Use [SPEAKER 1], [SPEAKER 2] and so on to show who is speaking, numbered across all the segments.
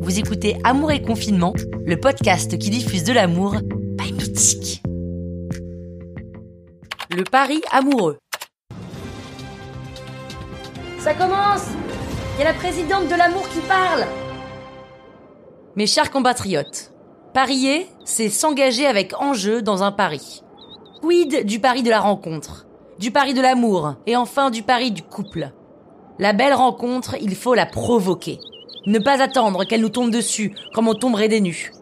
[SPEAKER 1] Vous écoutez Amour et confinement, le podcast qui diffuse de l'amour, pas mythique. Le pari amoureux. Ça commence Il y a la présidente de l'amour qui parle Mes chers compatriotes, parier, c'est s'engager avec enjeu dans un pari. Quid du pari de la rencontre, du pari de l'amour et enfin du pari du couple. La belle rencontre, il faut la provoquer. Ne pas attendre qu'elle nous tombe dessus comme on tomberait des nus.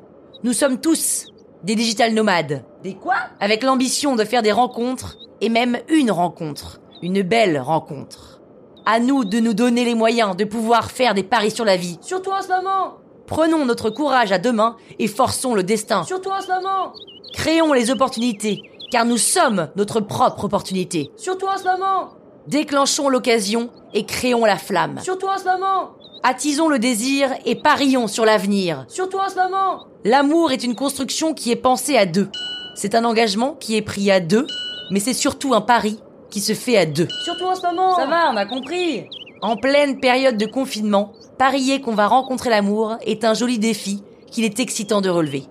[SPEAKER 1] Nous sommes tous des digital nomades. Des quoi Avec l'ambition de faire des rencontres et même une rencontre, une belle rencontre. À nous de nous donner les moyens de pouvoir faire des paris sur la vie. Surtout en ce moment Prenons notre courage à deux mains et forçons le destin. Surtout en ce moment Créons les opportunités, car nous sommes notre propre opportunité. Surtout en ce moment Déclenchons l'occasion et créons la flamme. Surtout en ce moment Attisons le désir et parions sur l'avenir. Surtout en ce moment L'amour est une construction qui est pensée à deux. C'est un engagement qui est pris à deux, mais c'est surtout un pari qui se fait à deux. Surtout en ce moment Ça va, on a compris En pleine période de confinement, parier qu'on va rencontrer l'amour est un joli défi qu'il est excitant de relever.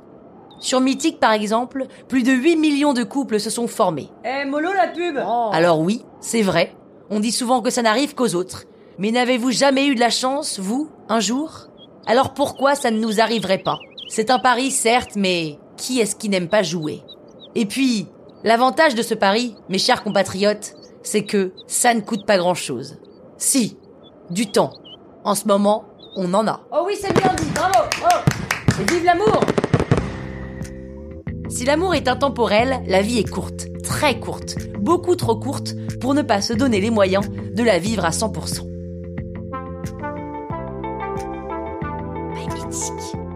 [SPEAKER 1] Sur Mythique, par exemple, plus de 8 millions de couples se sont formés.
[SPEAKER 2] Eh, mollo la pub
[SPEAKER 1] Alors oui, c'est vrai, on dit souvent que ça n'arrive qu'aux autres. Mais n'avez-vous jamais eu de la chance, vous, un jour Alors pourquoi ça ne nous arriverait pas C'est un pari, certes, mais qui est-ce qui n'aime pas jouer Et puis, l'avantage de ce pari, mes chers compatriotes, c'est que ça ne coûte pas grand-chose. Si, du temps. En ce moment, on en a.
[SPEAKER 2] Oh oui, c'est bien dit, bravo oh. Et vive l'amour
[SPEAKER 1] Si l'amour est intemporel, la vie est courte, très courte, beaucoup trop courte pour ne pas se donner les moyens de la vivre à 100%. Pas mythique.